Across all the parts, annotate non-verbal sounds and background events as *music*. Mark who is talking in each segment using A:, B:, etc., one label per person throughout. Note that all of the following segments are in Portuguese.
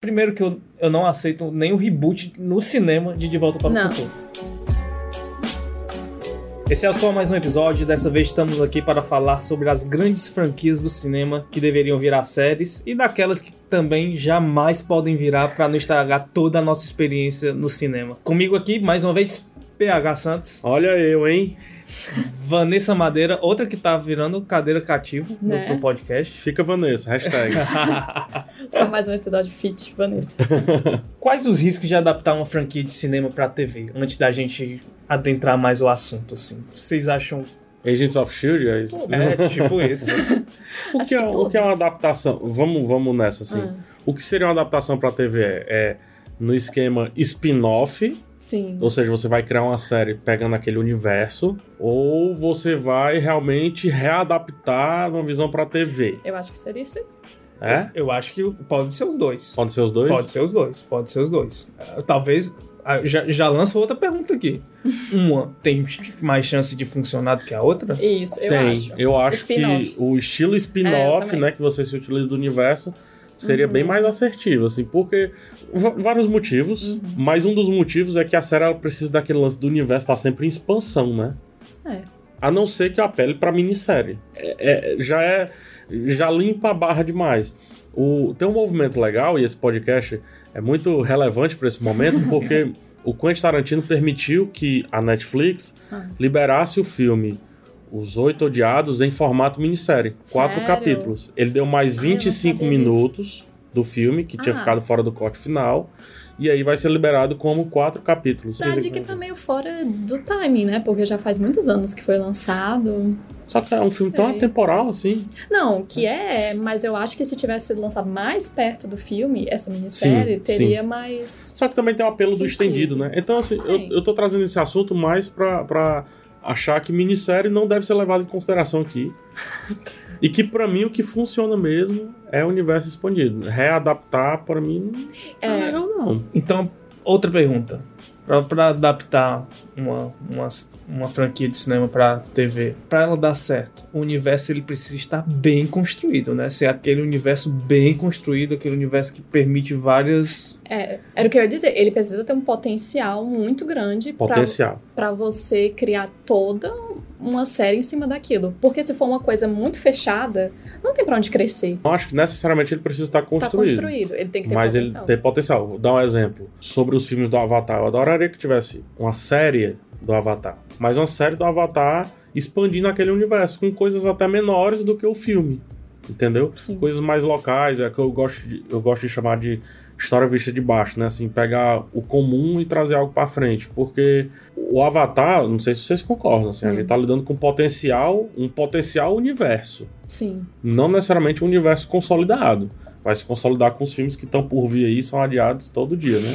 A: Primeiro que eu, eu não aceito nem o reboot no cinema de De Volta para
B: Não.
A: o Futuro. Esse é só mais um episódio. Dessa vez estamos aqui para falar sobre as grandes franquias do cinema que deveriam virar séries e daquelas que também jamais podem virar para não estragar toda a nossa experiência no cinema. Comigo aqui, mais uma vez, PH Santos,
C: Olha eu, hein?
A: Vanessa Madeira, outra que tá virando cadeira cativo do-
B: Né?
A: do, podcast.
C: Fica Vanessa, hashtag.
B: Só mais um episódio fit,
C: *laughs*
B: Vanessa.
A: Quais os riscos de adaptar uma franquia de cinema pra TV? Antes da gente adentrar mais o assunto, assim. Vocês acham.
C: Agents of Shield, é isso?
A: É, tipo *laughs* isso.
C: O
B: Acho
C: que, é,
B: que
C: o que é uma
B: todas.
C: adaptação? Vamos, vamos nessa, assim.
B: Ah,
C: O que seria uma adaptação pra TV? É, é no esquema spin-off,
B: sim.
C: ou seja, você vai criar uma série pegando aquele universo, ou você vai realmente readaptar uma visão pra TV,
B: Eu acho que seria isso.
C: é?
A: Eu acho que pode ser os dois.
C: Pode ser os dois?
A: Pode ser os dois, pode ser os dois. Ah, Talvez. ah, Já, já lanço outra pergunta *laughs* aqui. Uma tem tipo, mais chance de funcionar do que a outra?
B: Isso, eu
C: Tem.
B: acho.
C: Eu acho
B: Spin-off.
C: que o estilo
B: É, eu
C: spin-off,
B: também. Uhum.
C: né, que você se utiliza do universo, seria bem mais assertivo, assim, porque va- vários motivos,
B: Uhum.
C: mas um dos motivos é que a série ela precisa daquele lance do universo estar sempre em expansão, né?
B: É.
C: A não ser que eu apele pra minissérie. É- é- já é. Já limpa a barra demais. O, tem um movimento legal, e esse podcast é muito relevante pra
B: *laughs*
C: esse momento, porque o Quentin Tarantino permitiu que a Netflix
B: Ah.
C: liberasse o filme Os Oito Odiados em formato minissérie. Quatro
B: Sério?
C: capítulos. Ele deu mais
B: Ah, eu não
C: 25
B: sabia disso.
C: minutos do filme, que tinha
B: Ah.
C: ficado fora do corte final, e aí vai ser liberado como quatro capítulos.
B: verdade que tá meio fora do timing, né? Porque já faz muitos anos que foi lançado.
C: Só que é um filme tão
B: Sei.
C: atemporal assim.
B: Não, que é, mas eu acho que se tivesse sido lançado mais perto do filme, essa minissérie
C: Sim,
B: teria mais.
C: Só que também tem o apelo do
B: Sentido.
C: estendido, né? Então, assim,
B: Tem.
C: eu, eu tô trazendo esse assunto mais pra, pra achar que minissérie não deve ser levado em
B: *laughs*
C: consideração aqui. e que, pra mim, o que funciona mesmo é o universo expandido. Readaptar, pra mim, não é
B: É,
C: legal, não.
A: Então, outra pergunta. Pra, pra adaptar uma, uma, uma franquia de cinema pra TV, pra ela dar certo, o universo ele precisa estar bem construído, né? Ser aquele universo bem construído, aquele universo que permite várias.
B: é, era o que eu ia dizer. Ele precisa ter um potencial muito grande pra
C: Potencial.
B: Pra você criar toda uma série em cima daquilo. Porque se for uma coisa muito fechada, não tem pra onde crescer.
C: Não acho que necessariamente ele precisa estar
B: Tá
C: construído.
B: construído. Ele tem que ter
C: Mas ele
B: potencial.
C: tem potencial. Vou dar um exemplo. Sobre os filmes do Avatar. Eu adoraria que tivesse uma série do Avatar. Mas uma série do Avatar expandindo aquele universo, com coisas até menores do que o filme. Entendeu?
B: Sim.
C: Coisas mais locais, é que eu gosto de, eu gosto de chamar de história vista de baixo, né? Assim, pegar o comum e trazer algo pra frente. Porque o Avatar, não sei se vocês concordam, assim, a
B: Hum.
C: gente tá lidando com potencial, um potencial universo
B: Sim.
C: não necessariamente um universo consolidado. Vai se consolidar com os filmes que estão por vir aí, são adiados todo dia, né?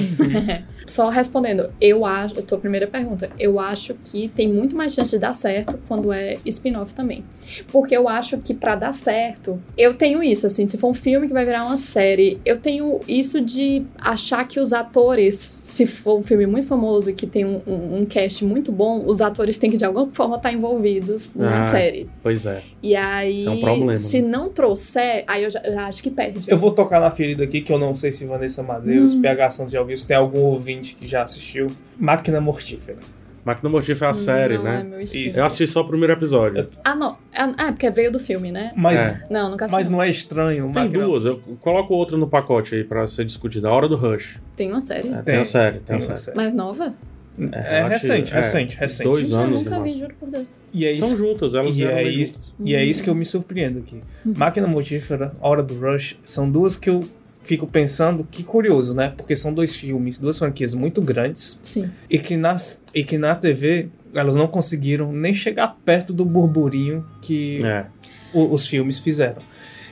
B: Só respondendo, eu acho, a tua primeira pergunta, eu acho que tem muito mais chance de dar certo quando é spin-off também. Porque eu acho que pra dar certo, eu tenho isso, assim, se for um filme que vai virar uma série, eu tenho isso de achar que os atores, se for um filme muito famoso e que tem um, um, um cast muito bom, os atores têm que de alguma forma estar envolvidos na
C: Ah.
B: série.
C: Pois é.
B: E aí,
C: Isso é um problema,
B: se não trouxer, aí eu já, já acho que perde.
A: Eu vou tocar na ferida aqui, que eu não sei se Vanessa Madeiros,
B: Hum.
A: PH Santos já ouviu, se tem algum ouvinte que já assistiu. Máquina Mortífera.
C: Máquina Mortífera é a série,
B: não É
C: né?
B: meu estilo.
A: Isso.
C: Eu assisti só o primeiro episódio.
B: Ah, não. Ah, ah, porque veio do filme, né?
A: Mas,
C: É.
B: Não, nunca assisti.
A: mas não é estranho.
C: Tem
A: Máquina-
C: duas, eu coloco outra no pacote aí pra ser discutida. A Hora do Rush.
B: Tem uma série.
C: É, tem,
A: Tem.
C: a série, tem,
A: Tem
C: a
A: uma
C: série.
A: série.
B: Mais nova?
A: É,
C: relativa,
A: recente,
C: é.
A: recente, recente.
C: Dois
B: Gente, eu
C: anos,
B: nunca
C: no
B: vi,
C: máximo.
B: juro por Deus.
A: E é isso
C: São juntas, elas
A: E
C: vieram
A: é
C: meio
A: isso-
C: juntas.
A: E é isso que eu me surpreendo aqui. Máquina Mortífera, A Hora do Rush, são duas que eu fico pensando, que curioso, né? Porque são dois filmes, duas franquias muito grandes
B: Sim.
A: e que, nas, e que na TV elas não conseguiram nem chegar perto do burburinho que
C: É.
A: o- os filmes fizeram.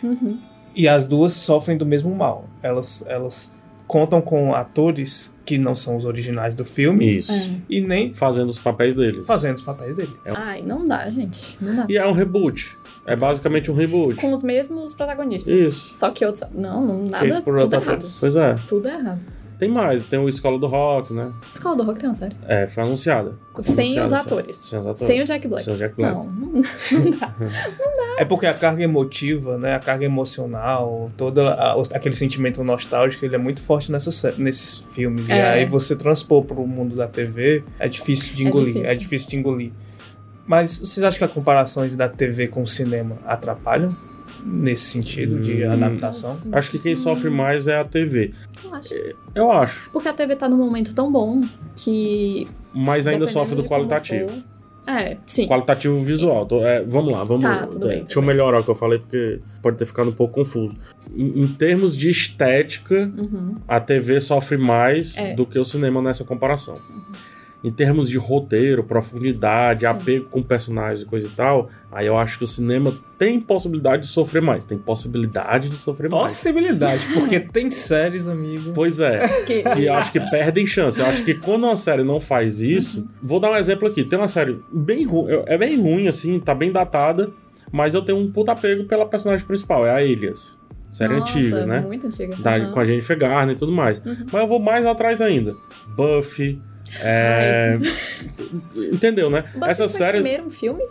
B: Uhum.
A: E as duas sofrem do mesmo mal. Elas, elas contam com atores que não são os originais do filme
C: Isso.
B: É.
A: e nem
C: Fazendo os papéis deles.
A: fazendo os papéis dele.
B: Ai, não dá, gente. Não dá.
C: É um E é um reboot. É basicamente um reboot.
B: Com os mesmos protagonistas.
C: Isso.
B: Só que outros. Não, não nada.
A: Feitos por
B: tudo
A: outros
B: errado.
A: atores.
C: Pois é.
B: Tudo errado.
C: Tem mais, tem o Escola do Rock, né?
B: Escola do Rock tem uma série.
C: É, foi anunciada.
B: Sem
C: Anunciada,
B: os
C: sim.
B: atores.
C: Sem os atores.
B: Sem o Jack Black.
C: Seu Jack Black.
B: Não, não dá. Não dá,
A: É porque a carga emotiva, né, a carga emocional, todo a- o- aquele sentimento nostálgico, ele é muito forte nessas sé- nesses filmes. E
B: É.
A: aí você transpor pro mundo da TV é difícil de
B: É
A: engolir, é difícil,
B: difícil.
A: de engolir. Mas vocês acham que as comparações da TV com o cinema atrapalham nesse sentido de
C: Hum.
A: adaptação?
C: Acho que
B: Hum.
C: quem sofre mais é a TV.
B: Eu acho.
C: Eu acho.
B: Porque a TV tá num momento tão bom que.
C: Mas ainda
B: dependendo
C: sofre do
B: de como
C: qualitativo.
B: for- É, sim.
C: Qualitativo visual. Tô- é, vamos lá, vamos.
B: Tá, tudo
C: é,
B: bem, tudo
C: deixa eu
B: bem.
C: melhorar o que eu falei, porque pode ter ficado um pouco confuso. Em, em termos de estética,
B: Uhum.
C: a TV sofre mais
B: É.
C: do que o cinema nessa comparação. Em termos de roteiro, profundidade,
B: Sim.
C: apego com personagens e coisa e tal, aí eu acho que o cinema tem possibilidade de sofrer mais. Tem possibilidade de sofrer mais.
A: Possibilidade, porque tem séries, amigo.
C: Pois é.
B: Que-
C: E eu acho que perdem chance. Eu acho que quando uma série não faz isso. Vou dar um exemplo aqui. Tem uma série bem ruim. É bem ruim, assim, tá bem datada. Mas eu tenho um puta apego pela personagem principal, é a Elias. Série
B: Nossa,
C: antiga, né?
B: Muito antiga.
C: Da,
B: Aham.
C: Com a Jennifer Garner e tudo mais.
B: Uhum.
C: Mas eu vou mais atrás ainda. Buffy. é, *laughs* Entendeu, né?
B: Buffy
C: Essa
B: foi
C: série.
B: primeiro um filme?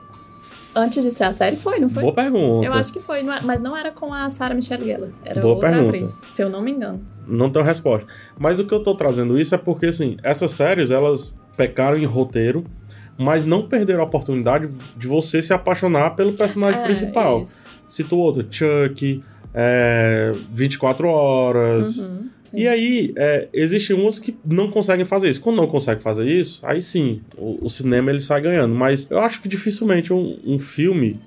B: Antes de ser a série? Foi, não foi?
C: Boa pergunta.
B: Eu acho que foi, não era- mas não era com a Sarah Michelle Gellar. Era
C: Boa
B: outra
C: pergunta.
B: atriz, se eu não me engano.
C: Não tenho resposta. Mas o que eu tô trazendo isso é porque, assim, essas séries, elas pecaram em roteiro, mas não perderam a oportunidade de você se apaixonar pelo personagem
B: É,
C: principal.
B: isso.
C: Cito outro, Chuck, é, 24 Horas.
B: Uhum, sim.
C: E aí, é, existem uns que não conseguem fazer isso. Quando não consegue fazer isso, aí sim, o, o cinema ele sai ganhando. Mas eu acho que dificilmente um, um filme,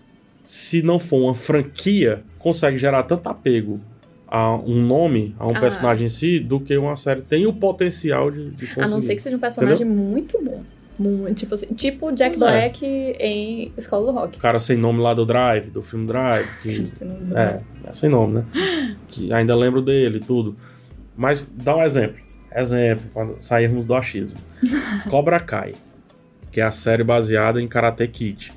C: se não for uma franquia, consegue gerar tanto apego a um nome, a um
B: Ah.
C: personagem em si, do que uma série tem o potencial de, de conseguir.
B: A não ser que seja um personagem muito bom. Muito, tipo, assim, tipo Jack
C: É.
B: Black em Escola do Rock.
C: O cara sem nome lá do Drive, do filme Drive,
B: *laughs*
C: que
B: Se não-
C: É, é sem nome, né? Que ainda lembro dele e tudo. Mas dá um exemplo. Exemplo, para sairmos
B: *laughs*
C: do achismo. Cobra Kai, que é a série baseada em Karate Kid,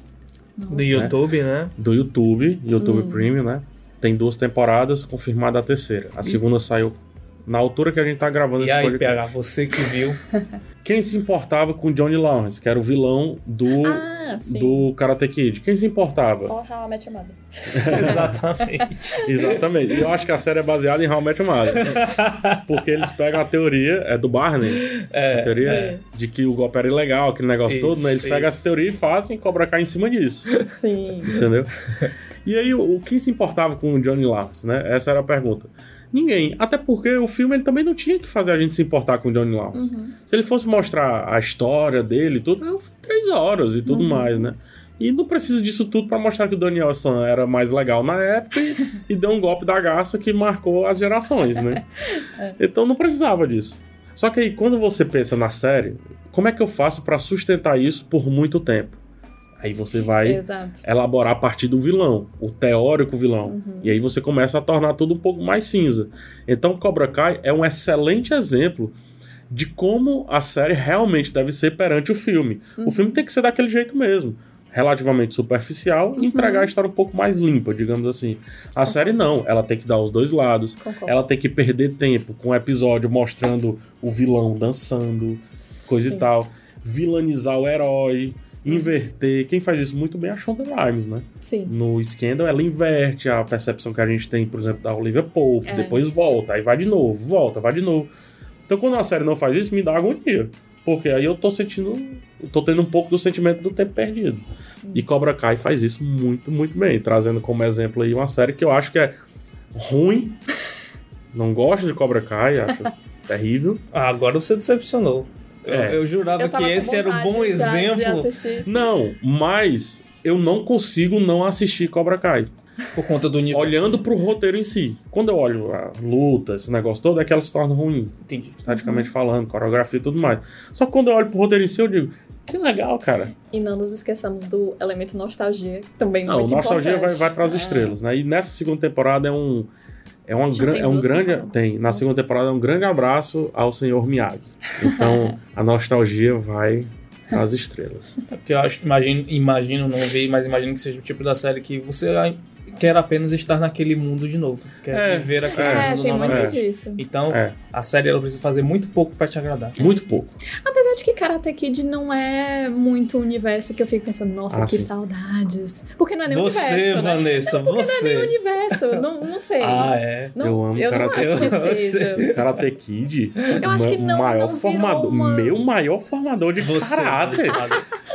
A: Do YouTube, né?
C: do YouTube, YouTube
B: Hum.
C: Premium, né? Tem duas temporadas, confirmada a terceira. A segunda saiu na altura que a gente tá gravando
A: E
C: esse
A: aí,
C: podcast.
A: PH, você que viu.
C: Quem se importava com Johnny Lawrence, que era o vilão do,
B: Ah, sim.
C: É. do Karate Kid? Quem se importava?
B: Só How I Met Your Mother.
A: Exatamente.
C: Exatamente. E eu acho que a série é baseada em How I Met Your Mother. Porque eles pegam a teoria, é do Barney, a
A: É.
C: teoria
B: é.
C: de que o golpe era ilegal, aquele negócio
A: Isso,
C: todo, né? Eles pegam
A: isso.
C: essa teoria e fazem Cobra Kai em cima disso,
B: Sim.
C: entendeu? e aí, o, o que se importava com o Johnny Lawrence, né? Essa era a pergunta. Ninguém. Até porque o filme ele também não tinha que fazer a gente se importar com o Johnny Lawrence.
B: Uhum.
C: Se ele fosse mostrar a história dele e tudo, é um filme de três horas e tudo
B: Uhum.
C: mais, né? E não precisa disso tudo pra mostrar que o Daniel San era mais legal na época
B: *laughs*
C: e, e deu um golpe da garça que marcou as
B: *laughs*
C: gerações, né?
B: É.
C: Então não precisava disso. Só que aí, quando você pensa na série, como é que eu faço pra sustentar isso por muito tempo? Aí você vai
B: Exato.
C: elaborar a partir do vilão, o teórico vilão.
B: Uhum.
C: E aí você começa a tornar tudo um pouco mais cinza. Então Cobra Kai é um excelente exemplo de como a série realmente deve ser perante o filme. O
B: Uhum.
C: filme tem que ser daquele jeito mesmo. Relativamente superficial
B: Uhum.
C: e entregar a história um pouco mais limpa, digamos assim. A série não, ela tem que dar os dois lados.
B: Concordo.
C: Ela tem que perder tempo com o episódio mostrando o vilão dançando, coisa e
B: Sim.
C: tal. Vilanizar o herói, inverter. Quem faz isso muito bem é a Shonda Rhimes, né?
B: Sim.
C: No Scandal, ela inverte a percepção que a gente tem, por exemplo, da Olivia Pope,
B: É.
C: depois volta, aí vai de novo, volta, vai de novo. Então, quando uma série não faz isso, me dá agonia. Porque aí eu tô sentindo. Eu tô tendo um pouco do sentimento do tempo perdido. E Cobra Kai faz isso muito, muito bem, trazendo como exemplo aí uma série que eu acho que é ruim. Não gosto de Cobra Kai,
B: *laughs*
C: acho terrível.
A: Ah, agora você decepcionou. Eu,
C: É.
A: eu jurava
B: Eu
A: que
B: tava com
A: esse era o
B: vontade
A: bom
B: já
A: exemplo.
B: De assistir.
C: Não, mas eu não consigo não assistir Cobra Kai.
A: Por conta do nível.
C: olhando pro roteiro em si. Quando eu olho a luta, esse negócio todo, é que ela se torna ruim,
A: Entendi.
C: estaticamente falando, coreografia e tudo mais. Só que quando eu olho pro roteiro em si, eu digo, que legal, cara.
B: E não nos esqueçamos do elemento nostalgia, que também
C: Não,
B: muito
C: Ah, nostalgia vai,
B: importante.
C: vai pras
B: É.
C: estrelas, né? E nessa segunda temporada é um. É, uma
B: Já
C: gran-
B: tem
C: é um
B: duas
C: grande.
B: temporadas.
C: Tem. Na
B: Nossa.
C: segunda temporada é um grande abraço ao senhor Miyagi.
B: *laughs*
C: Então, a nostalgia vai às estrelas.
A: Porque eu acho, imagino, imagino, não vi, mas imagino que seja o tipo da série que você quer apenas estar naquele mundo de novo. Quer
C: É,
A: viver aquele
B: É,
A: mundo
B: tem muito
A: novamente.
B: disso.
A: Então,
C: É.
A: a série ela precisa fazer muito pouco pra te agradar.
C: Muito pouco.
B: Apesar Apesar de que Karate Kid não é muito universo que eu fico pensando, nossa,
C: Ah,
B: que
C: sim.
B: saudades. Porque não é nem
A: Você,
B: universo, né?
A: Vanessa,
B: Não é nem
A: você.
B: universo, não, não sei.
A: Ah, é.
B: Não,
C: Eu amo
B: não
C: Karate é
B: acho que
A: Kid.
B: seja.
C: Karate Kid,
B: Eu acho que
C: ma-
B: não,
C: maior
B: não virou
C: formador,
B: uma-
C: meu maior formador de
A: Você.
C: caráter. *laughs*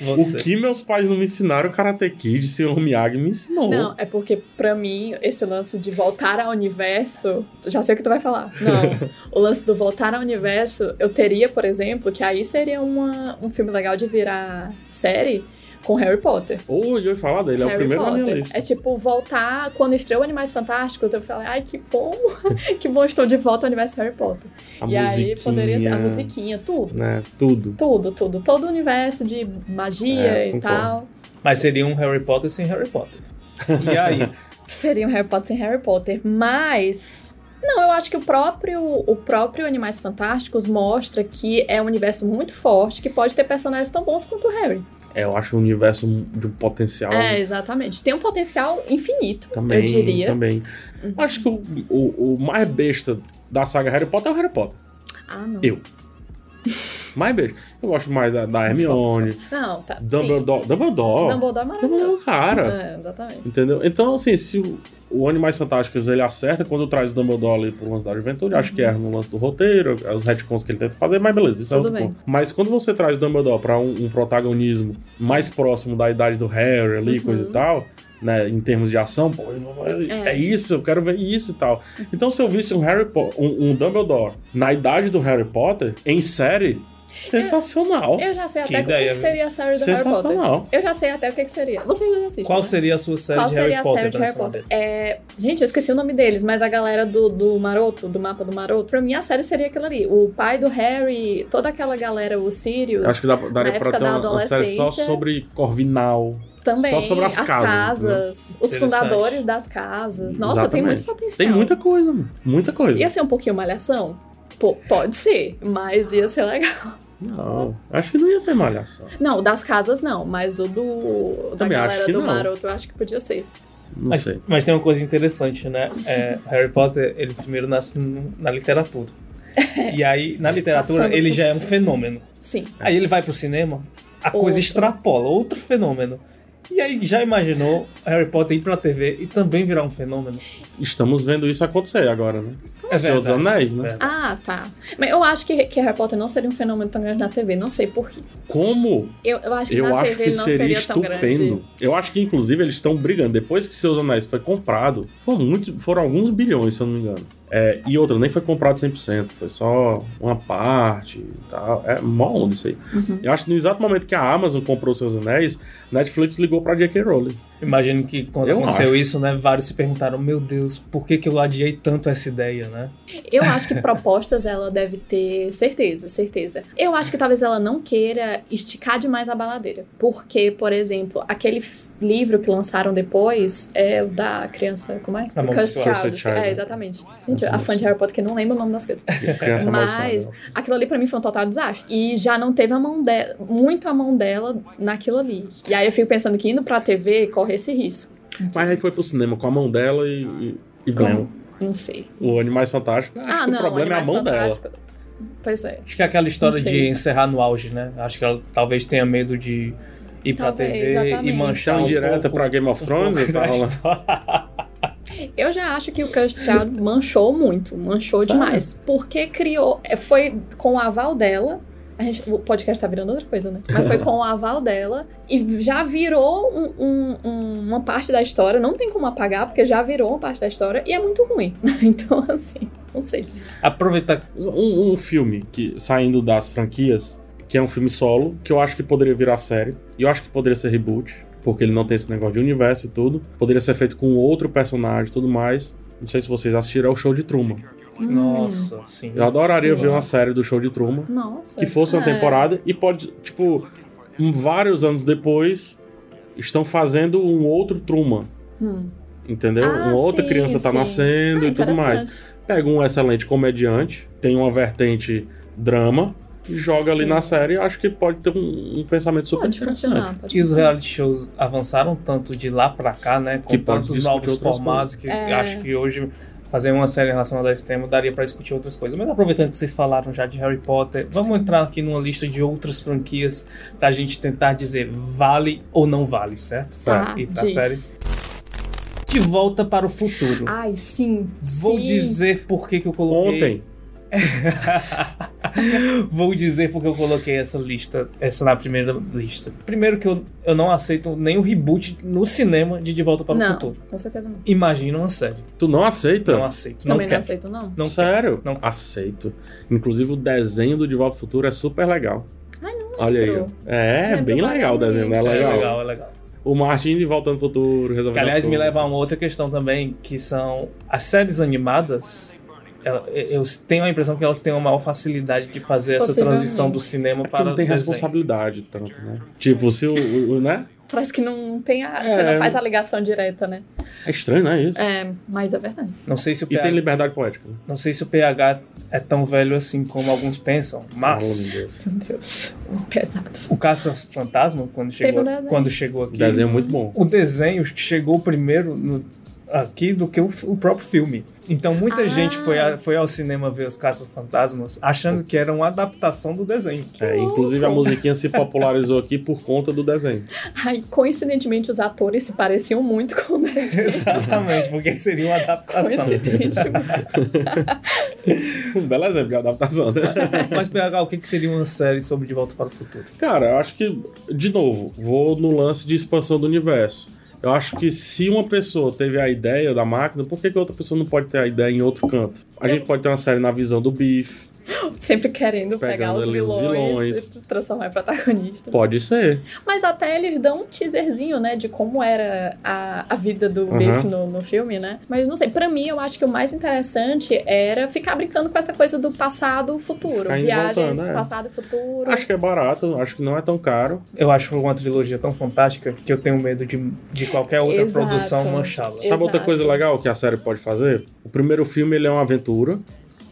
C: O
A: Você.
C: que meus pais não me ensinaram, Karate Kid, Senhor Miyagi me ensinou.
B: Não, é porque pra mim esse lance de voltar ao universo, já sei o que tu vai falar. Não, o lance do voltar ao universo, eu teria, por exemplo, que aí seria uma, um filme legal de virar série com Harry Potter.
C: Ou eu ia falar dele, é o
B: Harry
C: primeiro
B: Potter.
C: na minha lista.
B: É tipo voltar quando estreou Animais Fantásticos, eu falei, ai que bom, *laughs* que bom estou de volta ao universo Harry Potter.
C: A
B: e aí poderia ser a
C: musiquinha,
B: musiquinha, tudo,
C: Né, tudo.
B: tudo, tudo, todo o universo de magia
C: É,
B: e
C: concordo.
B: tal.
A: Mas seria um Harry Potter sem Harry Potter. E
B: *laughs*
A: aí?
B: Seria um Harry Potter sem Harry Potter, mas. Não, eu acho que o próprio, o próprio Animais Fantásticos mostra que é um universo muito forte que pode ter personagens tão bons quanto o Harry.
C: É, eu acho um universo de um potencial
B: É, exatamente. Tem um potencial infinito,
C: também.
B: eu diria.
C: Também.
B: Uhum.
C: Acho que o, o- o mais besta da saga Harry Potter é o Harry Potter.
B: Ah, não.
C: Eu. Mais besta. Eu gosto mais da, da Hermione,
B: Não, tá. Sim.
C: Dumbledore. Dumbledore.
B: Dumbledore é maravilhoso.
C: Dumbledore, cara.
B: É, exatamente.
C: Entendeu? Então, assim, se o, o Animais Fantásticos ele acerta quando traz o Dumbledore ali pro lance da juventude, acho que erra no lance do roteiro, é os retcons que ele tenta fazer, mas beleza, isso é
B: Tudo
C: outro
B: bem.
C: ponto. Mas quando você traz o Dumbledore pra um, um protagonismo mais próximo da idade do Harry ali,
B: Uhum.
C: coisa e tal, né, em termos de ação, pô, eu vou- é.
B: É.
C: isso, eu quero ver isso e tal. Então, se eu visse um Harry Po- um, um Dumbledore na idade do Harry Potter, em série, sensacional.
B: Eu já sei
A: Que
B: até o que,
A: ideia,
B: que seria a série do Harry Potter.
C: sensacional.
B: Eu já sei até o que, que seria. Vocês já assistem.
A: Qual
B: né?
A: seria a sua série
B: Qual
A: de
B: seria
A: Harry
B: a
A: Potter?
B: série de
A: pra
B: Harry
A: você
B: Potter? É, gente, eu esqueci o nome deles, mas a galera do, do Maroto, do mapa do Maroto, pra mim a série seria aquela ali. O pai do Harry, toda aquela galera, o Sirius,
C: Acho que dá-
B: na
C: daria pra
B: época
C: ter
B: da
C: uma, uma série só
B: adolescência.
C: sobre Corvinal.
B: também.
C: só sobre as
B: as
C: casas,
B: casas, os
A: Interessante.
B: fundadores das casas. Nossa, tem
C: Exatamente.
B: muito potencial.
C: Tem muita coisa, mano. Muita coisa.
B: Ia ser um pouquinho malhação? Pô, pode ser, mas ia ser legal. *laughs*
C: Não, acho que não ia ser malhação.
B: Não, o das casas não, mas o do. Da
C: Também acho
B: galera
C: que
B: do
C: não.
B: Maroto, eu acho que podia ser.
C: Não
A: Mas,
C: sei.
A: mas tem uma coisa interessante, né? É, Harry Potter, ele primeiro nasce n- na
B: *laughs*
A: literatura. E aí, na literatura,
B: Passando
A: ele
B: por
A: já é um
B: tudo.
A: fenômeno.
B: Sim.
C: É.
A: Aí ele vai pro cinema, a coisa
B: Outro.
A: extrapola, outro fenômeno. E aí, já imaginou Harry Potter ir pra TV e também virar um fenômeno?
C: Estamos vendo isso acontecer agora, né?
A: É
C: Senhor dos
A: verdade.
C: Anéis, né?
A: É.
B: Ah, tá. Mas eu acho que, que Harry Potter não seria um fenômeno tão grande na TV, não sei por quê.
C: Como
B: Eu, eu acho que
C: eu
B: na
C: acho
B: TV
C: que
B: não
C: seria
B: seria, tão grande.
C: estupendo. Eu acho que, inclusive, eles estão brigando. Depois que Seus Anéis foi comprado, foram, muitos, foram alguns bilhões, se eu não me engano. É, e outra, nem foi comprado 100%, foi só uma parte e tal. É mó onda isso aí.
B: Uhum.
C: Eu acho que no exato momento que a Amazon comprou Seus Anéis, Netflix ligou pra J.K. Rowling.
A: Imagino que quando
C: Eu
A: aconteceu
C: acho.
A: isso, né? Vários se perguntaram, meu Deus, por que, que eu adiei tanto essa ideia, né?
B: Eu acho que propostas ela deve ter certeza, certeza. Eu acho que talvez ela não queira esticar demais a baladeira. Porque, por exemplo, aquele f- livro que lançaram depois é o da criança. Como é? Cursed
A: Amaldiçoada.
B: Child.
C: Cursed Child.
B: É, exatamente. Gente, a fã de Harry Potter que não lembra o nome das coisas.
C: é Criança
B: Mas-
C: amaldiçoada.
B: Aquilo ali pra mim foi um total desastre. E já não teve a mão dela, muito a mão dela naquilo ali. E aí eu fico pensando que indo pra TV corre esse risco.
C: Mas aí foi pro cinema com a mão dela e, e, e ganhou.
B: Não sei.
C: O Animais Fantásticos, acho
B: Ah,
C: que
B: não.
C: o problema é a
B: Animais
C: mão dela.
B: Fantásticos. Pois é.
A: Acho que é aquela história
B: Não sei.
A: de encerrar no auge, né? Acho que ela talvez tenha medo de ir pra
B: Talvez,
A: TV e
B: exatamente.
A: manchar
C: Chama
A: um
C: direta
A: pouco-
C: pra Game
A: *laughs*
C: of
A: um
C: Thrones
A: pouco
C: e tá
A: da
C: rolando.
A: história.
B: Eu já acho que o Cursed Child manchou muito, manchou
C: Sério?
B: demais. Porque criou. é, Foi com o aval dela. A gente, o podcast tá virando outra coisa, né? Mas foi com o aval dela e já virou um- um- um- uma parte da história. Não tem como apagar, porque já virou uma parte da história e é muito ruim. *laughs* Então, assim, não sei.
A: Aproveitar.
C: Um, um filme que saindo das franquias, que é um filme solo, que eu acho que poderia virar série. E eu acho que poderia ser reboot, porque ele não tem esse negócio de universo e tudo. Poderia ser feito com outro personagem e tudo mais. Não sei se vocês assistiram ao Show de Truman.
B: Hum,
A: Nossa, sim.
C: Eu adoraria
B: Sim.
C: ver uma série do Show de Truman.
B: Hum. Nossa.
C: que fosse uma
B: É.
C: temporada e pode, tipo, um- vários anos depois estão fazendo um outro Truman,
B: Hum.
C: entendeu?
B: Ah,
C: uma outra
B: sim,
C: criança tá
B: sim.
C: nascendo
B: Ah,
C: e tudo mais.
B: interessante.
C: Pega um excelente comediante, tem uma vertente drama, e joga ali
B: Sim.
C: na série, acho que pode ter um, um pensamento super
B: Pode
C: interessante.
B: funcionar. Pode
A: E os
B: funcionar.
A: reality shows avançaram tanto de lá pra cá, né? Com
C: Que pode
A: tantos
C: discutir
A: novos
C: outras
A: formatos que
B: É.
A: acho que hoje fazer uma série relacionada a esse tema, daria pra discutir outras coisas. Mas aproveitando que vocês falaram já de Harry Potter, vamos entrar aqui numa lista de outras franquias pra gente tentar dizer vale ou não vale, certo?
B: Tá,
A: E pra
B: diz.
A: série? De volta para o futuro.
B: Ai, sim.
A: Vou
B: Ah, sim.
A: dizer por que, que eu coloquei.
C: Ontem,
A: *laughs* Vou dizer porque eu coloquei essa lista, essa na primeira lista. Primeiro que eu, eu não aceito nenhum reboot no cinema de De Volta para o
B: não,
A: Futuro.
B: Com certeza não.
A: Imagina uma série.
C: tu não aceita?
A: Não aceito.
B: Também
A: não
B: não,
A: quero.
B: aceito, não.
A: Não quero.
C: Sério?
A: Não.
C: Aceito. Inclusive o desenho do De Volta ao Futuro é super legal.
B: Ai,
C: não Olha aí. ó. É, é
B: Lembro
C: bem legal o desenho, né?
A: É
B: vagamente.
C: Legal.
A: legal, é legal.
C: O Martins e Voltando ao Futuro resolvendo
A: Que, aliás,
C: as
A: me
C: coisas. É
A: leva a uma outra questão também, que são as séries animadas. ela- Eu tenho a impressão que elas têm uma maior facilidade de fazer essa
B: Possivelmente.
A: transição do cinema
C: Porque
A: para
C: É não tem
A: desenho.
C: responsabilidade tanto, né? Tipo, se o, o- o- né?
B: Parece que não tem a.
C: É.
B: Você não faz a ligação direta, né?
C: É estranho, né? Isso.
B: É, mas é verdade.
A: Não sei se o
C: E tem
A: PH,
C: liberdade poética. né?
A: não sei se o PH é tão velho assim como alguns pensam,
C: Oh,
A: mas
C: meu Deus.
B: Meu Deus. Pesado.
A: O Caça-Fantasma, quando
B: Teve
A: chegou,
B: um desenho.
A: quando chegou aqui.
C: Desenho é muito bom.
A: O desenho chegou primeiro no- aqui do que o, f- o próprio filme. Então muita
B: Ah.
A: gente foi, a- foi ao cinema ver os Caça-Fantasmas achando que era uma adaptação do desenho.
C: É, inclusive a musiquinha se popularizou aqui por conta do desenho. *laughs*
B: Ai, coincidentemente, os atores se pareciam muito com o desenho.
A: *laughs* Exatamente, porque seria uma adaptação.
B: Coincidente.
C: Um belo exemplo de adaptação, né?
A: Mas, PH, o que, que seria uma série sobre De Volta para o Futuro?
C: Cara, eu acho que, de novo, vou no lance de expansão do universo. Eu acho que se uma pessoa teve a ideia da máquina, por que, que outra pessoa não pode ter a ideia em outro canto? A gente pode ter uma série na visão do Biff.
B: Sempre querendo pegar
C: Pegando
B: os
C: ali os
B: vilões,
C: vilões.
B: e transformar em protagonista.
C: Pode ser.
B: Mas até eles dão um teaserzinho, né, de como era a, a vida do
C: Uhum.
B: Biff no, no filme, né? Mas não sei, pra mim eu acho que o mais interessante era ficar brincando com essa coisa do passado futuro.
C: Ficar indo e
B: Viagens,
C: voltando, é.
B: passado futuro.
C: Acho que é barato, acho que não é tão caro.
A: Eu acho uma trilogia tão fantástica que eu tenho medo de, de qualquer outra
B: Exato.
A: produção manchá-la.
C: Sabe outra
B: Exato.
C: coisa legal que a série pode fazer? O primeiro filme ele é uma aventura.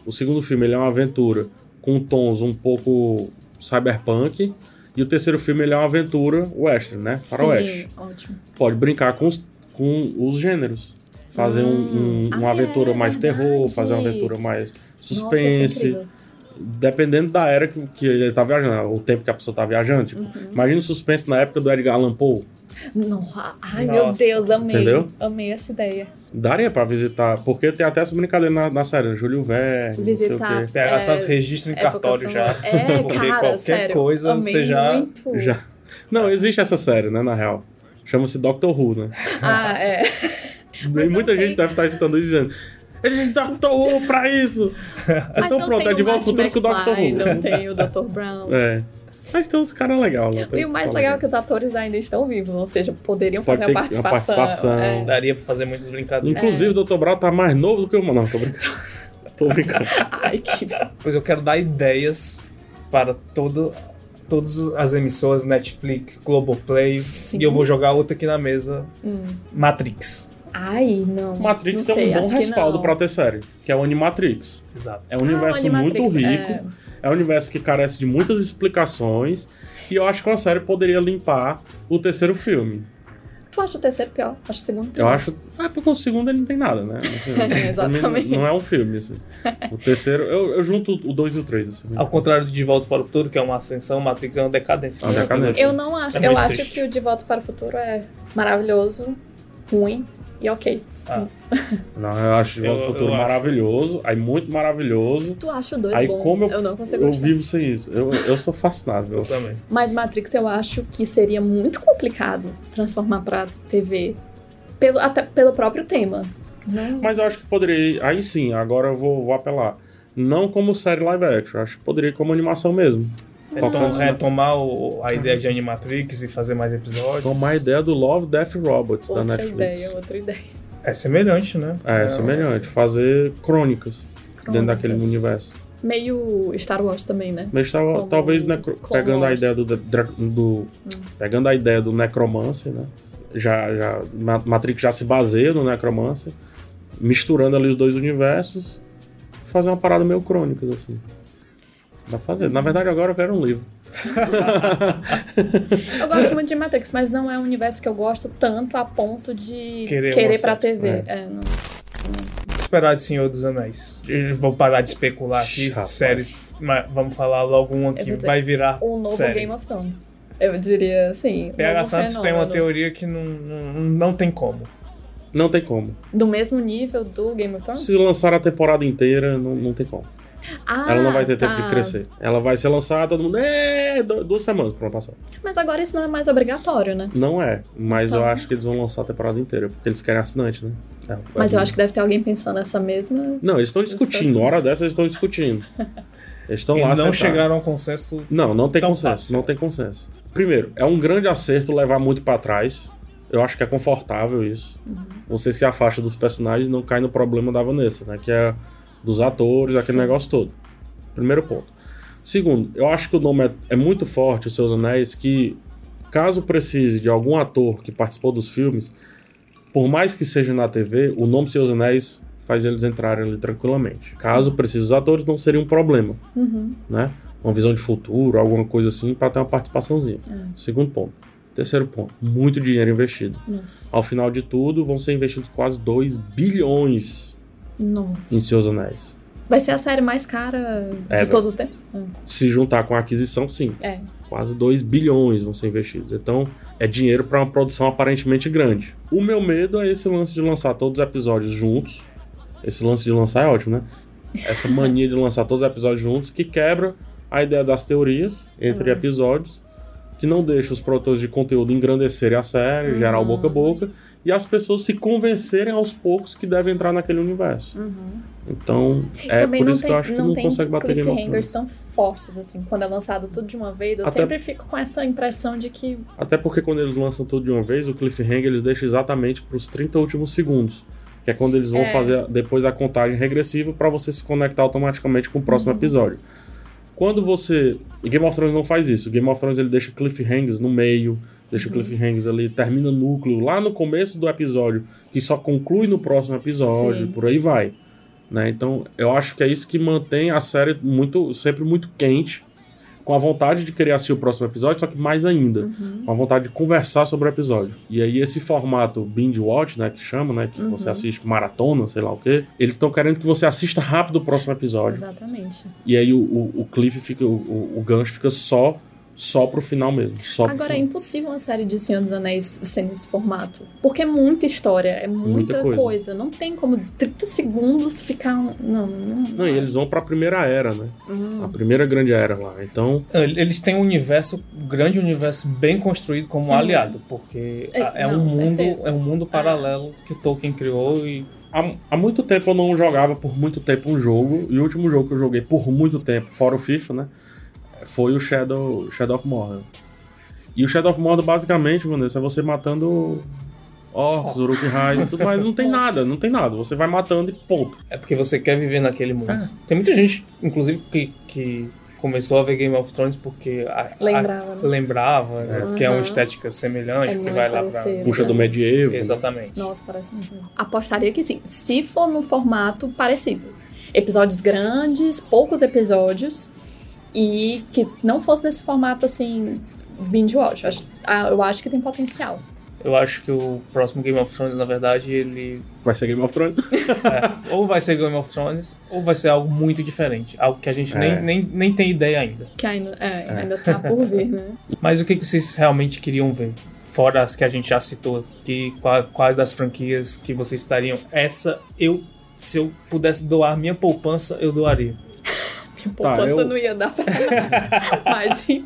C: O segundo filme ele é uma aventura com tons um pouco cyberpunk. E o terceiro filme ele é uma aventura western, né? Faroeste.
B: Sim, ótimo.
C: pode brincar com os, com os gêneros. Fazer um-
B: Hum.
C: um- uma
B: Ah,
C: aventura
B: é
C: mais terror,
B: verdade.
C: fazer uma aventura mais
B: Nossa, isso é
C: suspense.
B: incrível.
C: dependendo da era que, que ele tá viajando, o tempo que a pessoa tá viajando. Tipo,
B: Uhum.
C: Imagina o suspense na época do Edgar Allan Poe.
B: Não, a- ai, meu
A: Nossa.
B: Deus, amei.
C: Entendeu?
B: Amei essa ideia.
C: Daria pra visitar, porque tem até essa brincadeira na, na série, né? Júlio Verne, não sei
B: Visitar.
C: o quê.
A: PH
B: É,
A: Santos
C: Um
A: registra em
B: época
A: cartório já.
B: sonora. É,
A: Porque
B: cara,
A: qualquer
B: sério,
A: coisa
B: amei
A: você já-
B: muito.
C: Já. Não, existe essa série, né, na real. Chama-se Doctor Who, né?
B: Ah, é.
C: e
B: não
C: muita
B: tem-
C: gente deve estar citando isso dizendo. Existe Doctor Who pra isso!
B: Mas
C: então
B: não
C: pronto,
B: tem
C: é de
B: o
C: volta ao
B: Marty
C: futuro com o Doctor
B: McFly,
C: Who.
B: Não tem o Dr.
C: *laughs*
B: Brown.
C: É. Mas tem uns caras legais lá. tem
B: E o
C: uns
B: mais
C: caras
B: legal é que os atores ainda estão vivos, ou seja, poderiam
C: Pode
B: fazer a
C: ter uma
B: participação.
C: participação.
B: é.
A: Daria pra fazer muitas brincadeiras.
C: Inclusive, o Dr. Brown tá mais novo do que eu, mano. Não,
B: *laughs*
C: tô brincando. tô brincando.
B: Ai, que.
A: Pois eu quero dar ideias para todo, todas as emissoras, Netflix, Globoplay.
B: Sim.
A: E eu vou jogar outra aqui na mesa,
B: Hum.
A: Matrix.
B: Ai, não.
C: Matrix
B: não
C: tem
B: sei,
C: um bom
B: acho que
C: respaldo
B: não.
C: pra ter série, que é o Animatrix.
A: Exato.
C: É um
B: Ah, o
C: universo
B: Animatrix,
C: muito rico,
B: é.
C: é. um universo que carece de muitas explicações, e eu acho que uma série poderia limpar o terceiro filme.
B: Tu acha o terceiro pior? Acho o segundo pior.
C: Eu acho. Ah, porque o segundo ele não tem nada, né?
B: *laughs*
C: Assim, pra mim,
B: Exatamente.
C: Não é um filme, assim. O terceiro. Eu, eu junto o dois e o três, assim.
B: Ah,
A: Ao contrário de De Volta para o Futuro, que é uma ascensão, Matrix é uma decadência.
C: É uma decadência.
B: Eu não acho.
A: É muito
B: eu acho
A: triste.
B: que o De Volta para o Futuro é maravilhoso, ruim e ok.
C: Não, eu acho de volta
A: Eu-
C: ao futuro
A: eu acho.
C: maravilhoso, aí muito maravilhoso.
B: Tu acha o dois
C: Aí
B: bom?
C: como eu-
B: não consigo
C: Eu
B: gostar.
C: vivo sem isso. Eu, eu sou fascinado.
A: Eu
C: Eu,
A: também.
B: Mas Matrix eu acho que seria muito complicado transformar pra TV. Pelo, até pelo próprio tema. Não,
C: Mas eu acho que poderia. Aí sim, agora eu vou, vou apelar. Não como série live action, eu acho que poderia ir como animação mesmo.
A: Então,
C: Focando-se na-
A: retomar o- a ideia de Animatrix e fazer mais episódios.
C: Tomar a ideia do Love, Death Robots da
B: outra
C: Netflix.
B: ideia, outra ideia.
A: É semelhante, né?
C: É, semelhante. Fazer crônicas, dentro daquele
B: Crônicas.
C: universo.
B: Meio Star Wars também, né?
C: Mas tal-
B: Como Hum.
C: talvez necro-
B: Clone
C: pegando a
B: Wars.
C: ideia do, de- dra- do- pegando a ideia do necromancer, né? Já, já Ma- Matrix já se baseia no necromancer, misturando ali os dois universos, fazer uma parada meio crônicas assim. Dá pra fazer. Na verdade agora eu quero um livro.
B: Eu gosto muito de Matrix, mas não é um universo que eu gosto tanto a ponto de
A: Querer
B: querer,
A: uma
B: pra
A: série.
B: TV.
C: É.
B: É, não.
A: esperar de Senhor dos Anéis? Vou parar de especular aqui,
C: Rapaz.
A: séries, mas vamos falar logo uma
B: Eu
A: que
B: vou dizer,
A: vai virar
B: Um novo
A: série.
B: Game of Thrones. Eu diria, assim. um
A: PH
B: novo
A: Santos tem uma
B: fenômeno.
A: teoria que não, não, não tem como.
C: Não tem como.
B: Do mesmo nível do Game of Thrones?
C: Se lançar a temporada inteira, não, não tem como.
B: Ah,
C: Ela não vai ter tempo
B: tá.
C: de crescer. Ela vai ser lançada, todo mundo. É, du- duas semanas, pronto, passou.
B: Mas agora isso não é mais obrigatório, né?
C: Não é, mas eu
B: Tá.
C: acho que eles vão lançar a temporada inteira, porque eles querem assinante, né? É,
B: Mas
C: é-
B: eu acho que deve ter alguém pensando essa mesma.
C: Não, eles estão discutindo. Hora dessa, eles estão discutindo. Eles estão
A: E
C: Então lá tá.
A: não
C: sentados.
A: chegaram a um consenso.
C: Não, não tem
A: Tão
C: consenso.
A: fácil.
C: Não tem consenso. Primeiro, é um grande acerto levar muito pra trás. Eu acho que é confortável isso. Você se afasta dos personagens e não cai no problema da Vanessa, né? Que é dos atores, aquele
B: Sim.
C: negócio todo. Primeiro ponto. Segundo, eu acho que o nome é, é muito forte, os seus anéis, que caso precise de algum ator que participou dos filmes, por mais que seja na TV, o nome Seus Anéis faz eles entrarem ali tranquilamente. Caso precise dos atores, não seria um problema
B: Uhum.
C: né? Uma visão de futuro, alguma coisa assim, para ter uma participaçãozinha.
B: Ah.
C: Segundo ponto. Terceiro ponto, muito dinheiro investido.
B: Nossa.
C: Ao final de tudo, vão ser investidos quase 2 bilhões em
B: Nossa.
C: seus anéis.
B: Vai ser a série mais cara
C: É,
B: de todos os tempos? Hum.
C: Se juntar com a aquisição, sim,
B: É.
C: quase 2 bilhões vão ser investidos. Então, é dinheiro para uma produção aparentemente grande. O meu medo é esse lance de lançar todos os episódios juntos. Esse lance de lançar é ótimo, né? Essa mania de lançar todos os episódios juntos que quebra a ideia das teorias entre
B: Uhum.
C: episódios, que não deixa os produtores de conteúdo engrandecerem a série,
B: Uhum.
C: gerar o boca a boca, e as pessoas se convencerem aos poucos que devem entrar naquele universo.
B: Uhum.
C: Então, é
B: Também
C: por
B: não
C: isso
B: tem,
C: que eu acho que não,
B: tem
C: consegue bater Game of Thrones.
B: cliffhangers tão fortes, assim. Quando é lançado tudo de uma vez, eu
C: Até-
B: sempre fico com essa impressão de que.
C: Até porque quando eles lançam tudo de uma vez, o cliffhanger eles deixam exatamente pros 30 últimos segundos. Que é quando eles vão
B: É.
C: fazer depois a contagem regressiva pra você se conectar automaticamente com o próximo
B: Uhum.
C: episódio. Quando você. E Game of Thrones não faz isso. Game of Thrones ele deixa cliffhangers no meio,
B: Uhum.
C: deixa cliffhangers ali, termina núcleo lá no começo do episódio, que só conclui no próximo episódio,
B: Sim.
C: por aí vai. Né? Então, eu acho que é isso que mantém a série muito, sempre muito quente, com a vontade de querer assistir o próximo episódio, só que mais ainda
B: Uhum.
C: uma vontade de conversar sobre o episódio. E aí esse formato binge watch, né, que chama, né, que
B: Uhum.
C: você assiste maratona, sei lá o quê, eles estão querendo que você assista rápido o próximo episódio.
B: Exatamente.
C: E aí o, o, o cliff fica, o, o, o gancho fica só só pro final mesmo, só pro
B: Agora, é
C: final.
B: impossível uma série de Senhor dos Anéis ser nesse formato. Porque é muita história, é muita,
C: Muita coisa.
B: coisa. Não tem como 30 segundos ficar. um- Não, não.
C: Não, e eles vão pra primeira era, né?
B: Hum.
C: A primeira grande era lá. Então,
A: Eles têm um universo, um grande universo bem construído como
B: Uhum.
A: aliado, porque
B: É,
A: é, um
B: não,
A: mundo,
B: certeza.
A: é um mundo paralelo que Tolkien criou e
C: há, há muito tempo eu não jogava por muito tempo um jogo, e o último jogo que eu joguei por muito tempo, fora o FIFA, né? Foi o Shadow, Shadow of Mordor. E o Shadow of Mordor, basicamente, mano, é você matando orcs, uruk e tudo mais. Não tem nada, não tem nada. Você vai matando e ponto.
A: é porque você quer viver naquele mundo.
C: É.
A: Tem muita gente, inclusive, que, que começou a ver Game of Thrones porque a- a-
B: Lembrava, né?
A: lembrava, né?
B: É.
A: que é uma
B: Uhum.
A: estética semelhante,
B: É
A: porque
B: muito
A: vai lá pra...
B: parecido.
C: Puxa do né? medievo.
A: Exatamente.
B: Nossa, parece muito bom. Apostaria que sim. Se for num formato parecido. Episódios grandes, poucos episódios. E que não fosse nesse formato assim. Binge watch. Eu acho, ah, eu acho que tem potencial.
A: Eu acho que o próximo Game of Thrones, na verdade, ele
C: Vai ser Game of Thrones.
A: É, ou vai ser Game of Thrones, ou vai ser algo muito diferente. Algo que a gente
C: É.
A: nem, nem, nem tem ideia ainda.
B: Que ainda, é, ainda tá por vir, né?
A: Mas o que que vocês realmente queriam ver? Fora as que a gente já citou aqui, qua- quais das franquias que vocês estariam? Essa, eu, se eu pudesse doar minha poupança, eu doaria.
B: Minha poupança
C: eu-
B: não ia dar pra. Mas enfim.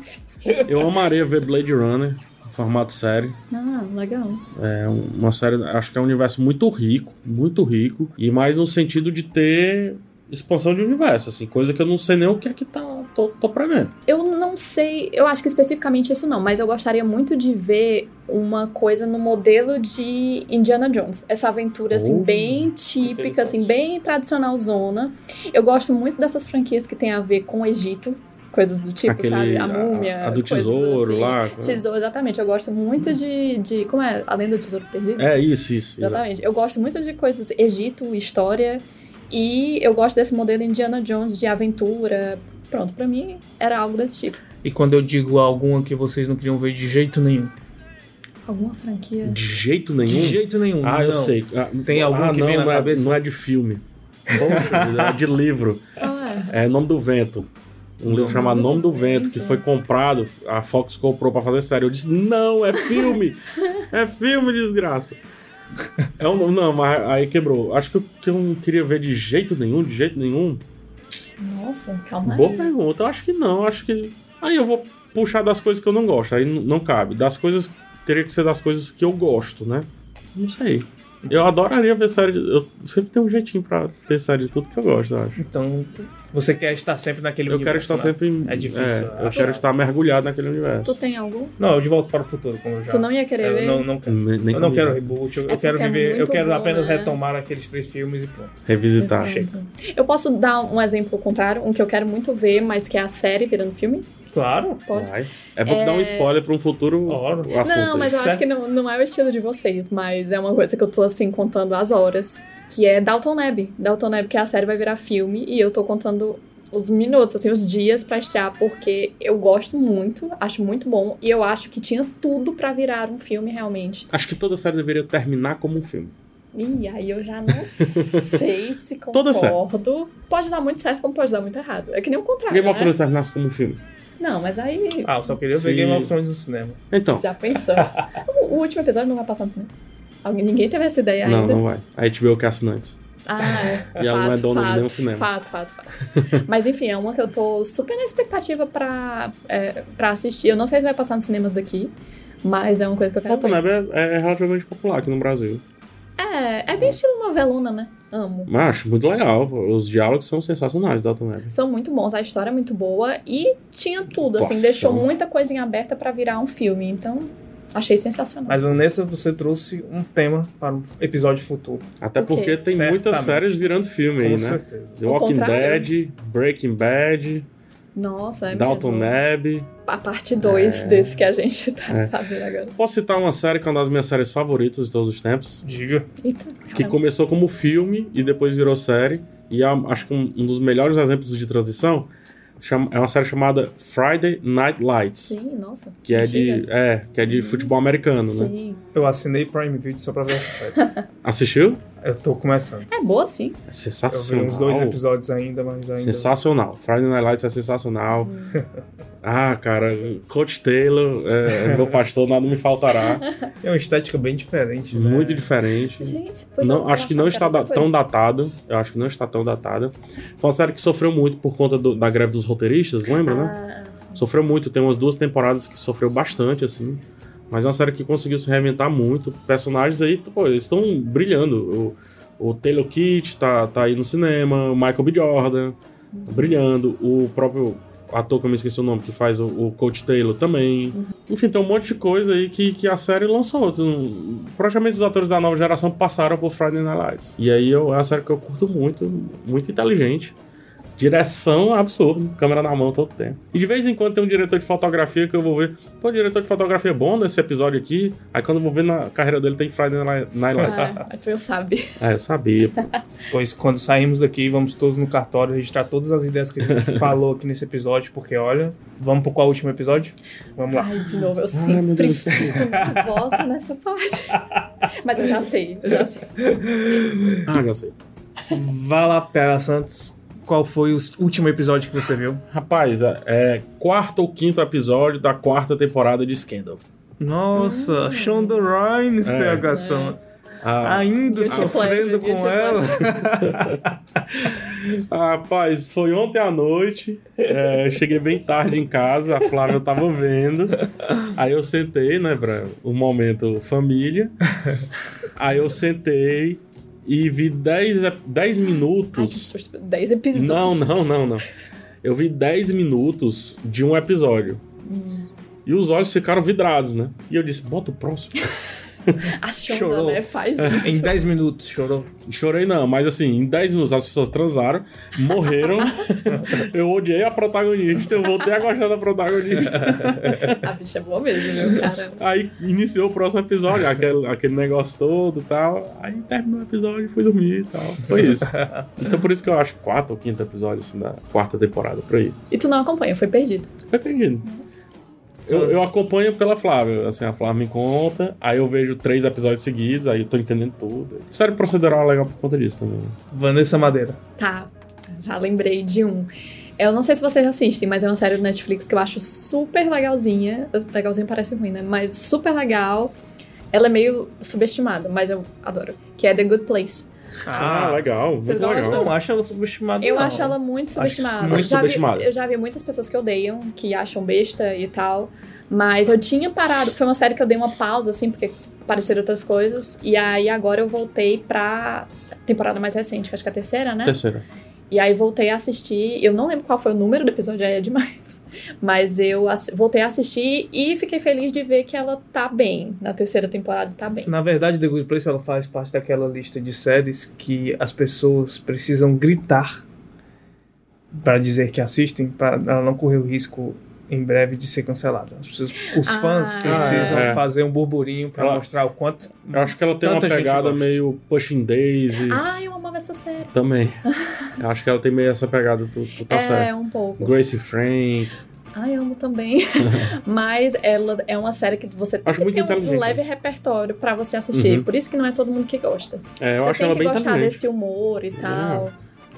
C: Eu amaria ver Blade Runner, em formato série.
B: Ah, legal.
C: É uma série, acho que é um universo muito rico, muito rico, e mais no sentido de ter expansão de universo, assim, coisa que eu não sei nem o que é que tá, tô, tô prevendo.
B: Eu não sei, eu acho que especificamente isso não, mas eu gostaria muito de ver uma coisa no modelo de Indiana Jones. Essa aventura, assim,
C: Oh,
B: bem típica,
A: interessante.
B: assim, bem tradicional zona. Eu gosto muito dessas franquias que tem a ver com o Egito, coisas do tipo, sabe? A múmia.
C: a, do
B: coisas
C: tesouro
B: assim.
C: lá. Hum.
B: Tesouro, exatamente. Eu gosto muito de, de. Como é? Além do tesouro perdido?
C: É isso, isso. exato.
B: Exatamente. Eu gosto muito de coisas Egito, história. E eu gosto desse modelo Indiana Jones de aventura. Pronto, pra mim era algo desse tipo.
A: E quando eu digo alguma que vocês não queriam ver de jeito nenhum?
B: Alguma franquia.
C: De jeito nenhum.
A: De jeito nenhum.
C: Ah, eu
A: não.
C: sei. Ah,
A: Tem algum
C: ah,
A: que
C: não,
A: vem na
C: não é,
A: cabeça?
C: não é de filme. Poxa, vida, é de livro.
B: Ah,
C: É Nome do Vento. Um livro chamado Nome do Vento, que foi comprado, a Fox comprou pra fazer série. Eu disse, não, é filme! é filme, desgraça! É um, não, mas aí quebrou. Acho que o que eu não queria ver de jeito nenhum, de jeito nenhum.
B: é. Nossa, calma
C: Boa
B: aí.
C: pergunta. Eu acho que não, acho que. Aí eu vou puxar das coisas que eu não gosto. Aí n- não cabe. Das coisas. Teria que ser das coisas que eu gosto, né? Não sei. Eu adoraria ver série. de- Eu sempre tenho um jeitinho pra ter série de tudo que eu gosto, eu acho.
A: Então, você quer estar sempre naquele
C: Eu quero
A: universo
C: estar
A: lá.
C: sempre. em-
A: É difícil,
C: é, eu
A: acho.
C: quero estar mergulhado naquele
B: Tu
C: universo.
B: tem algum?
A: Não, eu de volta para o futuro, como eu já.
B: Tu não ia querer
A: eu
B: ver?
A: não, não quero.
C: Ne- nem
A: Eu não
C: comigo.
A: quero reboot, eu,
B: É
A: eu quero
B: porque é
A: viver, eu
B: muito
A: quero
B: bom,
A: apenas
B: né?
A: retomar aqueles três filmes e pronto.
C: Revisitar.
B: Perfeito. Tá, então. Eu posso dar um exemplo contrário, um que eu quero muito ver, mas que é a série virando filme?
A: Claro.
B: Pode?
C: Vai. É bom dar um spoiler pra um futuro
A: Claro.
C: assunto.
B: Não, mas eu
A: Certo.
B: acho que não, não é o estilo de vocês, mas é uma coisa que eu tô assim contando as horas, que é Dalton Neb. Dalton Neb, que é a série vai virar filme, e eu tô contando os minutos, assim, os dias pra estrear, porque eu gosto muito, acho muito bom, e eu acho que tinha tudo pra virar um filme realmente.
C: Acho que toda série deveria terminar como um filme.
B: E aí eu já não
C: *laughs*
B: sei se
C: Toda série.
B: concordo. Pode dar muito certo, como pode dar muito errado. É que nem o contrário.
C: Game of
B: né?
C: Thrones terminasse como um filme.
B: Não, mas aí
A: Ah, eu só queria ver
C: Sim.
A: Game of Thrones no cinema.
C: Então.
B: já
C: *laughs*
B: pensou. o, o último episódio não vai passar no cinema. Alguém, ninguém teve essa ideia
C: Não,
B: ainda.
C: não vai. A HBO que é assinante.
B: Ah, é.
C: E ela não é
B: Fato,
C: dona de
B: fato,
C: nenhum cinema.
B: Fato, fato,
C: *laughs*
B: fato. Mas enfim, é uma que eu tô super na expectativa pra, é, pra assistir. Eu não sei se vai passar nos cinemas daqui, mas é uma coisa que eu quero
C: Falta
B: ver.
C: Neve é, é relativamente popular aqui no Brasil.
B: É, é bem estilo novelona, né? Amo.
C: Mas acho muito legal. Os diálogos são sensacionais do Dalton Neve.
B: São muito bons, a história é muito boa e tinha tudo, assim,
C: Atuação.
B: deixou muita coisa em aberta pra virar um filme. Então, achei sensacional.
A: Mas Vanessa, você trouxe um tema para um episódio futuro.
C: Até
B: Ok.
C: porque tem muitas
A: Certamente.
C: séries virando filme
A: com
C: aí, né?
A: certeza.
C: The
B: Ao
C: Walking
B: contrário.
C: Dead, Breaking Bad,
B: Nossa, é
C: Dalton
B: mesmo.
C: Neb.
B: A parte 2
C: É.
B: desse que a gente tá
C: É.
B: fazendo agora.
C: Posso citar uma série que é uma das minhas séries favoritas de todos os tempos,
A: Diga.
B: Eita,
C: que
B: caramba.
C: começou como filme e depois virou série. E é, acho que um, um dos melhores exemplos de transição chama- é uma série chamada Friday Night Lights,
B: Sim, nossa.
C: que é
B: antiga.
C: de é, que é de futebol americano, né?
B: Sim.
A: Eu assinei Prime Video só pra ver essa série.
C: *laughs* Assistiu?
A: eu tô começando.
B: É boa, sim.
C: É
A: Eu vi
C: sensacional.
A: uns dois episódios ainda, mas ainda.
C: Sensacional. Friday Night Lights é sensacional. *laughs* ah, cara, Coach Taylor, é, meu pastor, nada me faltará.
A: *laughs* É uma estética bem diferente. né?
C: Muito diferente.
B: Gente, pois
C: não,
B: é,
C: acho que não
B: eu
C: está
B: achava
C: da-
B: que era
C: tão
B: outra
C: datado. Eu acho que não está tão datada. Foi uma série que sofreu muito por conta do- da greve dos roteiristas, lembra, né?
B: coisa. Ah,
C: Sofreu muito. Tem umas duas temporadas que sofreu bastante, assim. Mas é uma série que conseguiu se reinventar muito. Personagens aí, pô, eles estão brilhando. O, o Taylor Kitt tá, tá aí no cinema. O Michael B. Jordan tá brilhando. O próprio ator, que eu me esqueci o nome, que faz o, o Coach Taylor também. Enfim, tem um monte de coisa aí que, que a série lançou. Tu não- Praticamente os atores da nova geração passaram por Friday Night Lights. E aí eu, é uma série que eu curto muito, muito inteligente. Direção absurda, câmera na mão todo tempo. E de vez em quando tem um diretor de fotografia que eu vou ver. Pô, diretor de fotografia é bom nesse episódio aqui. Aí quando eu vou ver na carreira dele tem Friday Night Lights.
B: ah, tu
C: *laughs*
B: sabe.
C: é, eu sabia. pô.
A: Pois quando sairmos daqui, vamos todos no cartório registrar todas as ideias que a
C: *laughs*
A: gente falou aqui nesse episódio, porque olha, vamos pro qual último episódio? Vamos lá.
B: Ai, de novo, eu
C: meu
B: sempre
C: Deus.
B: fico nervosa nessa parte.
C: *laughs*
B: Mas eu já sei, eu já sei.
C: Ah, já sei.
A: Vá lá, Pera Santos. Qual foi o último episódio que você viu?
C: Rapaz, é, é quarto ou quinto episódio da quarta temporada de Scandal.
A: Nossa,
B: Hum.
A: Shonda Rhimes,
C: É.
A: PH Santos.
C: Ah,
A: Ainda
B: Guilty
A: sofrendo
B: pleasure,
A: com
B: guilty
A: ela.
C: Ah, Rapaz, foi ontem à noite. é, eu cheguei bem tarde em casa, a Flávia tava vendo. Aí eu sentei, né, pra o momento família. Aí eu sentei e vi 10 ep- 10
B: Ai,
C: minutos.
B: que 10 episódios.
C: Não, não, não, não. Eu vi 10 minutos de um episódio. E os olhos ficaram vidrados, né? E eu disse, bota o próximo.
B: A Shonda,
A: Chorou.
B: né, faz isso.
A: Em 10 minutos, chorou.
C: Chorei não, mas assim, em 10 minutos as pessoas transaram, morreram. eu odiei a protagonista, eu voltei a gostar da protagonista.
B: A bicha é boa mesmo, viu, cara?
C: Aí iniciou o próximo episódio, aquele, aquele negócio todo e tal. Aí terminou o episódio, fui dormir e tal. Foi isso. Então por isso que eu acho quatro ou quinto episódio assim, da quarta temporada por aí.
B: E tu não acompanha, foi perdido.
C: Foi perdido. Eu, eu acompanho pela Flávia, assim, a Flávia me conta, aí eu vejo três episódios seguidos, aí eu tô entendendo tudo. Série procedural é legal por conta disso também.
A: Vanessa Madeira.
B: Tá, já lembrei de um. Eu não sei se vocês assistem, mas é uma série do Netflix que eu acho super legalzinha. Legalzinha parece ruim, né? Mas super legal. Ela é meio subestimada, mas eu adoro. Que é The Good Place.
C: Ah, legal,
B: Vocês
C: muito
B: não
A: Eu
C: legal.
A: não acho ela subestimada.
B: Eu
A: não.
B: acho ela muito subestimada.
C: muito
B: eu, já
C: subestimada.
B: Vi, eu já vi muitas pessoas que odeiam, que acham besta e tal. Mas eu tinha parado. Foi uma série que eu dei uma pausa, assim, porque apareceram outras coisas. E aí agora eu voltei pra temporada mais recente, que acho que é a terceira, né?
C: Terceira.
B: E aí voltei a assistir. Eu não lembro qual foi o número do episódio, aí é demais. *laughs* Mas eu ass- voltei a assistir e fiquei feliz de ver que ela tá bem. Na terceira temporada tá bem.
A: Na verdade, The Good Place ela faz parte daquela lista de séries que as pessoas precisam gritar para dizer que assistem, para ela não correr o risco em breve de ser cancelada. As pessoas- os
B: Ah,
A: fãs
B: é.
A: precisam
C: É.
A: fazer um burburinho para
C: Ela-
A: mostrar o quanto.
C: Eu acho que ela tem
A: Tanta
C: uma
A: gente
C: pegada
A: gosta.
C: meio Pushing Daisies
B: Ah, eu amava essa série.
C: também. eu acho que ela tem meio essa pegada, tu, tu tá
B: é,
C: certo.
B: um pouco.
C: Gracie Frank.
B: Ai, amo
C: *laughs*
B: também. Mas ela é uma série que você tem
C: Acho
B: que
C: muito
B: ter um- um,
C: inteligente.
B: leve repertório pra você assistir.
C: Uhum.
B: Por isso que não é todo mundo que gosta.
C: É, eu
B: você
C: acho
B: tem
C: ela
B: que
C: bem
B: gostar
C: inteligente. É.
B: desse humor e tal.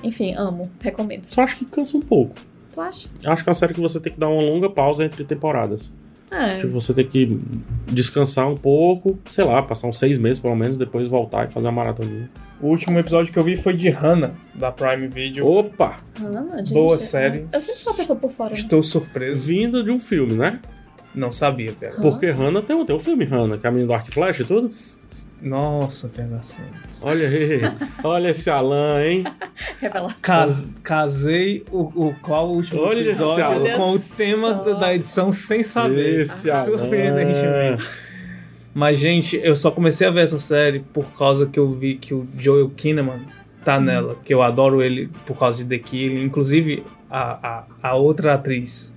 B: Enfim, amo. Recomendo.
C: Só acho que cansa um pouco.
B: Tu acha?
C: Eu acho que é uma série que você tem que dar uma longa pausa entre temporadas.
B: É.
C: Tipo, você tem que descansar um pouco, sei lá, passar uns seis meses pelo menos, depois voltar e fazer uma maratoninha.
A: O último episódio que eu vi foi de Hannah, da Prime Video.
C: Opa!
B: Ana, gente,
A: Boa
B: é-
A: série.
B: Eu sempre sou uma pessoa por fora. né?
C: *laughs*
A: Estou surpreso.
C: Vindo de um filme, né?
A: Não sabia, Pega.
C: Porque Hannah tem, um- tem um filme, Hannah, que é a menina do Arc Flash e tudo.
A: Nossa, assim. Pega Santos.
B: *laughs*
C: Olha aí, olha esse Alan, hein?
B: Revelação.
A: Cas- casei o, o qual o último
C: Olha
A: episódio
B: só.
A: com o tema
B: Olha só.
A: da edição sem saber. *laughs*
C: Esse Alan.
A: Surpreendentemente. Mas, gente, eu só comecei a ver essa série por causa que eu vi que o Joel Kinnaman
C: Hum.
A: tá nela, que eu adoro ele por causa de The Killing. Inclusive, a, a, a outra atriz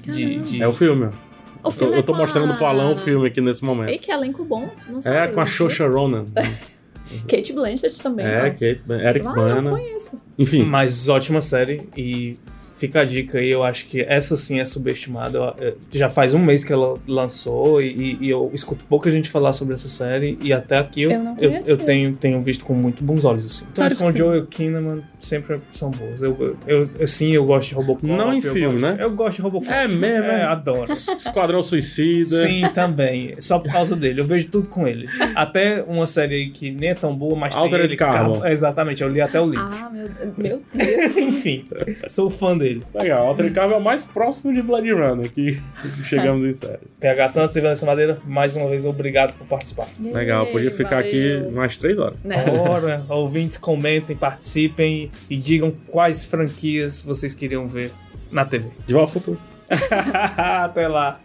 A: de,
B: Caramba.
A: de-
C: É o filme. ó.
B: O
C: Eu,
B: filme
C: eu tô
B: é com a-
C: mostrando pro Alan o filme aqui nesse momento.
B: Ei, que elenco bom. Não
C: É,
B: sabia,
C: com a
B: gente.
C: Xoxa Ronan.
B: Kate Blanchett também.
C: É,
B: né?
C: Kate, Eric
B: Vai, eu
C: Bana.
B: conheço.
C: Enfim,
A: Mas ótima série e fica a dica aí. Eu acho que essa sim é subestimada. Eu- eu- Já faz um mês que ela lançou e, e eu escuto pouca gente falar sobre essa série e até aqui eu,
B: Eu não
A: eu,
B: conhecia.
A: eu tenho, tenho visto com muito bons olhos assim. Séries
C: Séries
A: com
C: que-
A: Joel Kinnaman sempre são boas. Eu, eu, eu- eu- sim, eu gosto de Robocop.
C: Não em
A: eu gosto-
C: filme, né?
A: Eu gosto de Robocop.
C: é mesmo,
A: É,
C: é.
A: *laughs* adoro.
C: Esquadrão Suicida.
A: Sim, também. Só por causa dele. Eu vejo tudo com ele. Até uma série aí que nem é tão boa, mas
C: Altered
A: tem ele.
C: Carbon.
A: Car- Exatamente, eu li até o livro.
B: Ah, meu Deus. Meu Deus.
A: *laughs* Enfim, sou fã dele.
C: Legal, Altered Carbon é o mais próximo de Blood Runner que *laughs* chegamos em série.
A: PH Santos e Vanessa Madeira, mais uma vez, obrigado por participar.
C: Legal,
B: Ei,
C: podia ficar
B: valeu.
C: *laughs* aqui mais três horas.
B: Né?
A: Ora, ouvintes, comentem, participem e digam quais franquias vocês *laughs* queriam ver na TV.
C: De volta ao futuro.
A: Até lá!